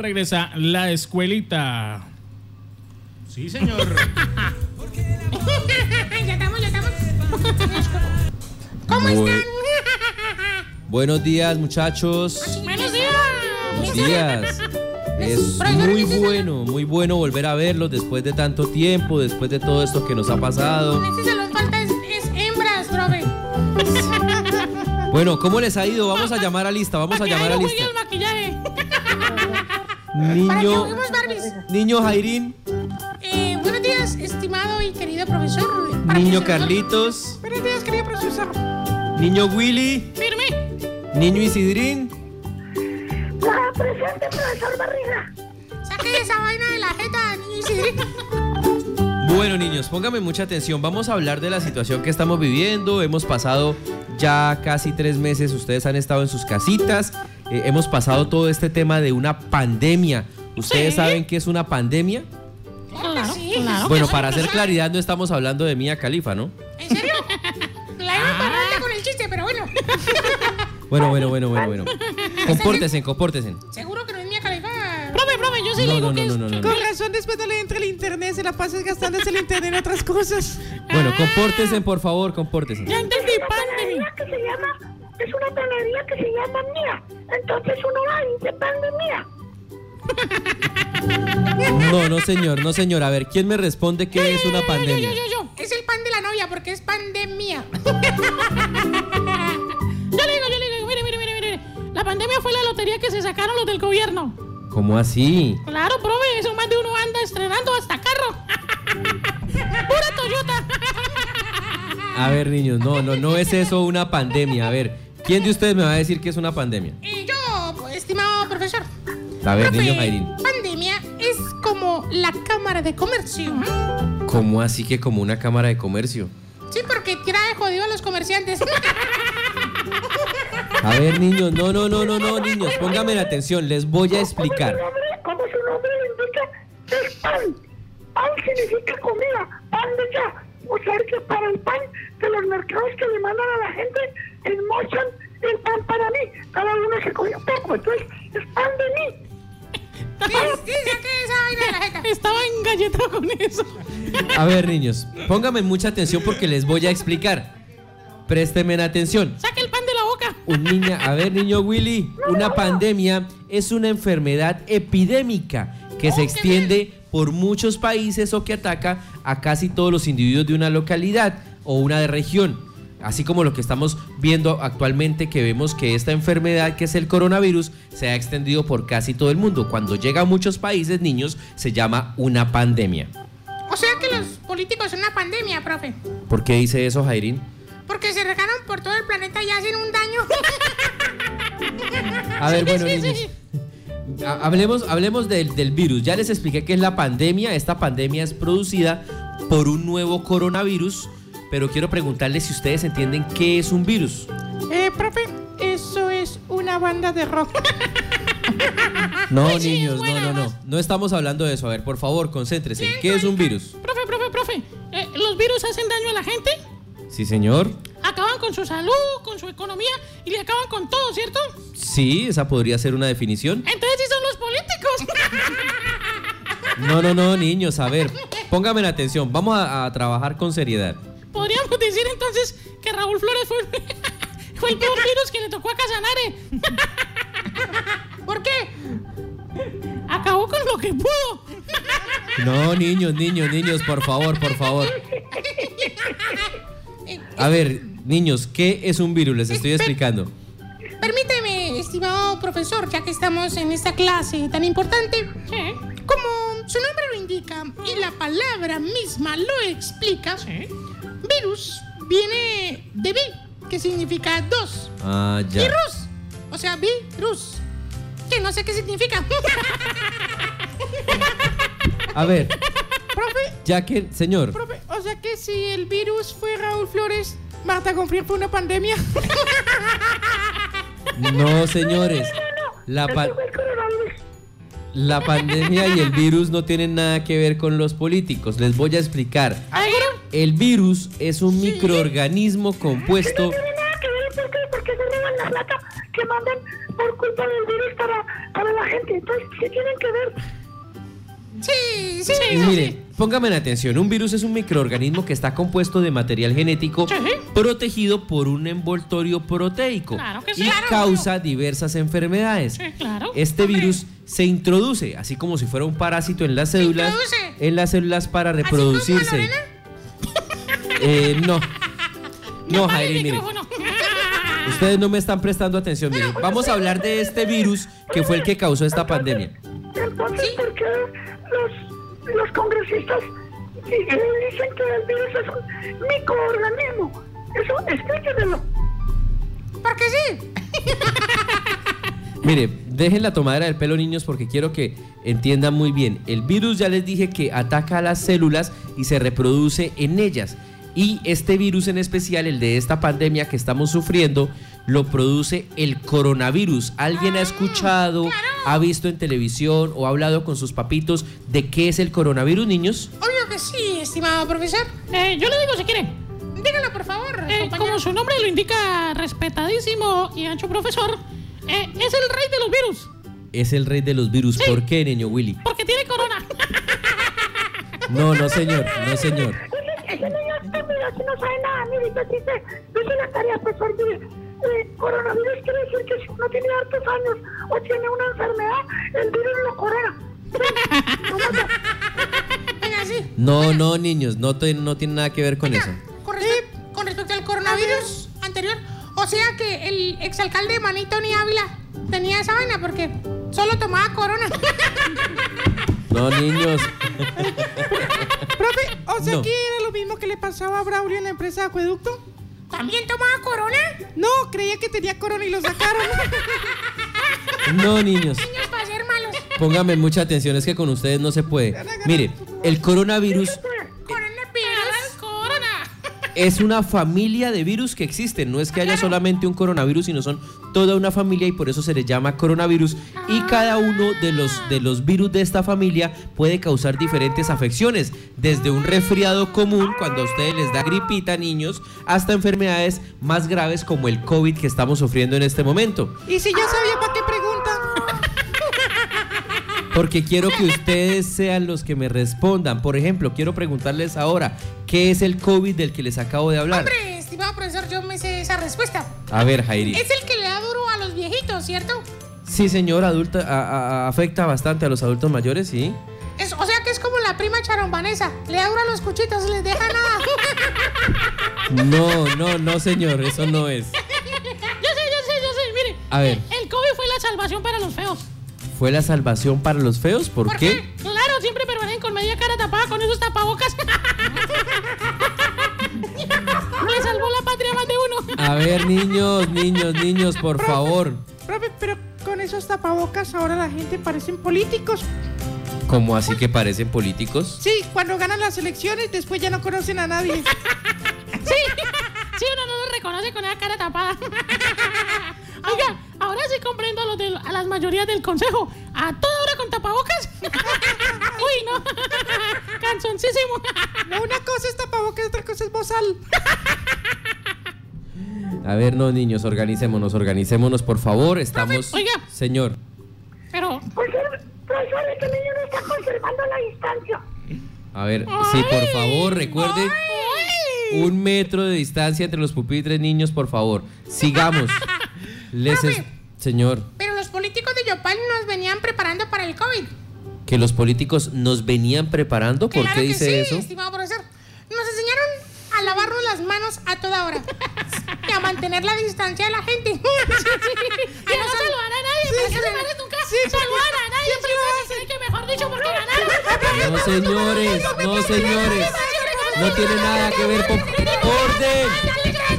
regresa la escuelita. Sí, señor. ya estamos, ya estamos. ¿Cómo Muy- están? Buenos días, muchachos. Buenos días. Buenos días. Es Profesor, muy ¿necesita- bueno, muy bueno volver a verlos después de tanto tiempo, después de todo esto que nos ha pasado. En este salón falta es, es hembras, profe. Bueno, ¿cómo les ha ido? Vamos a llamar a lista, vamos a Que ahí llamar a no juegue lista. el maquillaje. Para que Niño, juguemos Barbies. niño Jairín, Eh, buenos días, estimado y querido profesor. Para niño que se- Carlitos, Buenos días, querido profesor. niño Willy, Firme. niño Isidrín. Ah, presente, profesor Barriga. Saque esa vaina de la jeta, niño Isidri. Bueno, niños, pónganme mucha atención. Vamos a hablar de la situación que estamos viviendo. Hemos pasado ya casi tres meses. Ustedes han estado en sus casitas. Eh, hemos pasado todo este tema de una pandemia. ¿Ustedes Sí. saben qué es una pandemia? Claro, sí. bueno, para hacer claridad, no estamos hablando de Mía Califa, ¿no? ¿En serio? La iba a pararte con el chiste, pero bueno. Bueno, bueno, bueno, bueno, bueno. Compórtense, compórtense. Seguro que no es mía califa. Profe, profe, yo sí le No, digo no, que no, no, es... no, no. Con razón, después no le entra el internet, se la pasas gastándose el internet en otras cosas. Bueno, compórtense, por favor, compórtense. Ya entendí, pandemia. Panadería que se llama, es una panadería que se llama mía. Entonces uno va y dice pan de mía. No, no, señor, no, señor. A ver, ¿quién me responde qué es una pandemia? Yo, yo, yo. Es el pan de la novia porque es pan de mía. Yo le digo, yo le digo, mire, mire, mire, mire. La pandemia fue la lotería que se sacaron los del gobierno. ¿Cómo así? Claro, profe, eso más de uno anda estrenando hasta carro. Pura Toyota. A ver, niños, no, no, no es eso una pandemia. A ver, ¿quién de ustedes me va a decir que es una pandemia? Y yo, estimado profesor. A ver, profe, niño Jairín, pandemia es como la cámara de comercio. ¿cómo así que como una cámara de comercio? Sí, porque trae jodido a los comerciantes. A ver, niños, no, no, no, no, no, niños, pónganme la atención, les voy a explicar. Como su nombre, como su nombre lo indica, es pan. Pan significa comida, pan de ya. O sea que para el pan de los mercados que le mandan a la gente, enmochan el pan para mí. Cada uno se coge un poco, entonces es pan de mí. Sí, sí, saque esa vaina de la jeta. Estaba engalletado con eso. A ver, niños, pónganme mucha atención porque les voy a explicar. Préstenme la atención. Saca el pan de la boca. Un niña, a ver, niño Willy, una pandemia es una enfermedad epidémica que se extiende por muchos países o que ataca a casi todos los individuos de una localidad o una región. Así como lo que estamos viendo actualmente, que vemos que esta enfermedad, que es el coronavirus, se ha extendido por casi todo el mundo. Cuando llega a muchos países, niños, se llama una pandemia. O sea que los políticos son una pandemia, profe. ¿Por qué dice eso, Jairín? Porque se regaron por todo el planeta y hacen un daño. A ver, Sí, bueno, sí, sí. niños. Ha- Hablemos, hablemos del, del virus. Ya les expliqué qué es la pandemia. Esta pandemia es producida por un nuevo coronavirus. Pero quiero preguntarles si ustedes entienden qué es un virus. Eh, profe, eso es una banda de rock. Ah, No, niños, no, no, no. No estamos hablando de eso. A ver, por favor, concéntrense. ¿Qué es un virus? Profe, profe, profe. eh, ¿Los virus hacen daño a la gente? Sí, señor. Acaban con su salud, con su economía y le acaban con todo, ¿cierto? Sí, esa podría ser una definición. Entonces sí son los políticos. No, no, no, niños. A ver, pónganme la atención. Vamos a- a trabajar con seriedad. Podríamos decir entonces que Raúl Flores fue, fue el peor virus que le tocó a Casanare. ¿Por qué? Acabó con lo que pudo. No, niños, niños, niños, por favor, por favor. A ver, niños, ¿qué es un virus? Les estoy explicando. Permíteme, estimado profesor, ya que estamos en esta clase tan importante. Como su nombre lo indica y la palabra misma lo explica, virus viene de vi, que significa dos. Ah, Y ya. rus, o sea, virus, que no sé qué significa. A ver, profe, ya que, señor, profe, o sea que si el virus fue Raúl Flores, Marta Confrier fue una pandemia. no, señores. La, Ah, pa- Eso fue el coronavirus. la pandemia y el virus no tienen nada que ver con los políticos. Les voy a explicar. El virus es un microorganismo compuesto. No tiene nada que ver, ¿por qué? Porque se roban la plata que mandan por culpa del virus para, para a la gente. Entonces, se tienen que ver. Sí, sí. Y Mire, póngame en atención, un virus es un microorganismo que está compuesto de material genético protegido por un envoltorio proteico Claro que sí. y Claro, causa diversas enfermedades. Sí, claro. Este virus se introduce, así como si fuera un parásito en las células, introduce. en las células para Así como reproducirse. Lorena. Eh, no. No, Apague el Jairi, mire. micrófono. Ustedes no me están prestando atención, miren. Vamos a hablar de este virus que fue el que causó esta pandemia. Entonces, ¿por qué los, los congresistas di- dicen que el virus es un microorganismo? Eso, explíquenmelo. Porque sí. Mire, dejen la tomadera del pelo, niños, porque quiero que entiendan muy bien. El virus ya les dije que ataca a las células y se reproduce en ellas. Y este virus en especial, el de esta pandemia que estamos sufriendo, lo produce el coronavirus. ¿Alguien Ah, ha escuchado, ha visto en televisión o ha hablado con sus papitos de qué es el coronavirus, niños? Obvio que sí, estimado profesor. Eh, yo le digo si quiere. Dígalo, por favor. Eh, compañero. como su nombre lo indica, respetadísimo y ancho profesor, eh, es el rey de los virus. Es el rey de los virus. ¿Por qué, niño Willy? Porque tiene corona. No, no, señor, no, señor. Pues Ese, ese niño estúpido que no sabe nada, mire, yo dice, dice la tarea, profesor, mire, eh, coronavirus quiere decir que si uno tiene hartos años o tiene una enfermedad, el virus lo corona. No vaya. Venga, sí. No, no, niños, no, te- no tiene nada que ver con eso. Con, respe- con respecto al coronavirus anterior, o sea que el exalcalde Manitoni Ávila tenía esa vaina porque solo tomaba corona. No, niños. Profe, o sea No. que era lo mismo que le pasaba a Braulio en la empresa de acueducto. ¿También tomaba corona? No, creía que tenía corona y lo sacaron. No, niños. Niños para ser malos. Póngame mucha atención, es que con ustedes no se puede. Mire, el coronavirus Coronavirus. Corona. es una familia de virus que existen. No es que haya solamente un coronavirus, sino son toda una familia y por eso se les llama coronavirus. Y cada uno de los, de los virus de esta familia puede causar diferentes afecciones. Desde un resfriado común, cuando a ustedes les da gripita, niños, hasta enfermedades más graves como el COVID que estamos sufriendo en este momento. y si ya sabía, ¿para qué pregunta? Porque quiero que ustedes sean los que me respondan. Por ejemplo, quiero preguntarles ahora, ¿qué es el COVID del que les acabo de hablar? Hombre, estimado profesor, yo me sé esa respuesta. A ver, Jairi. Es el que le da duro a los viejitos, ¿cierto? Sí, señor, adulta, a- a- a- afecta bastante a los adultos mayores, sí. Es, o sea que es como la prima charombanesa. Le da duro a los cuchitos, les deja nada. No, no, no, señor, eso no es. Yo sé, yo sé, yo sé, mire. A ver. Eh, El COVID fue la salvación para los feos. ¿Fue la salvación para los feos? ¿Por, ¿Por qué? qué? Claro, siempre permanecen con media cara tapada con esos tapabocas. Le salvó la patria a más de uno. A ver, niños, niños, niños, por Profe. favor. Profe, pero con esos tapabocas ahora la gente parecen políticos. ¿Cómo así que parecen políticos? Sí, cuando ganan las elecciones después ya no conocen a nadie. Sí, uno no lo reconoce con esa cara tapada. Oiga, ahora sí comprendo a, los del- a las mayorías del consejo. A toda hora con tapabocas. Uy, no. Cansoncísimo. No, una cosa es tapabocas, otra cosa es bozal. A ver, no, niños, organicémonos, organicémonos, por favor. Estamos... oiga. Señor. Pero, Pues, eh, profesor, este niño no está conservando la distancia. A ver, sí, por favor, recuerden un metro de distancia entre los pupitres, niños, por favor. Sigamos. Les es- Profe. Señor, Pero los políticos de Yopal nos venían preparando para el COVID. que los políticos nos venían preparando, ¿por claro qué que dice sí, eso? estimado profesor. Nos enseñaron a lavarnos las manos a toda hora. y a mantener la distancia de la gente. que no salvará a nadie. ¿Para qué salvar nunca? salvar a nadie. Siempre tiene que, mejor dicho, porque ganaron. No, señores, no, señores. No tiene nada que ver con orden. ¡Dale,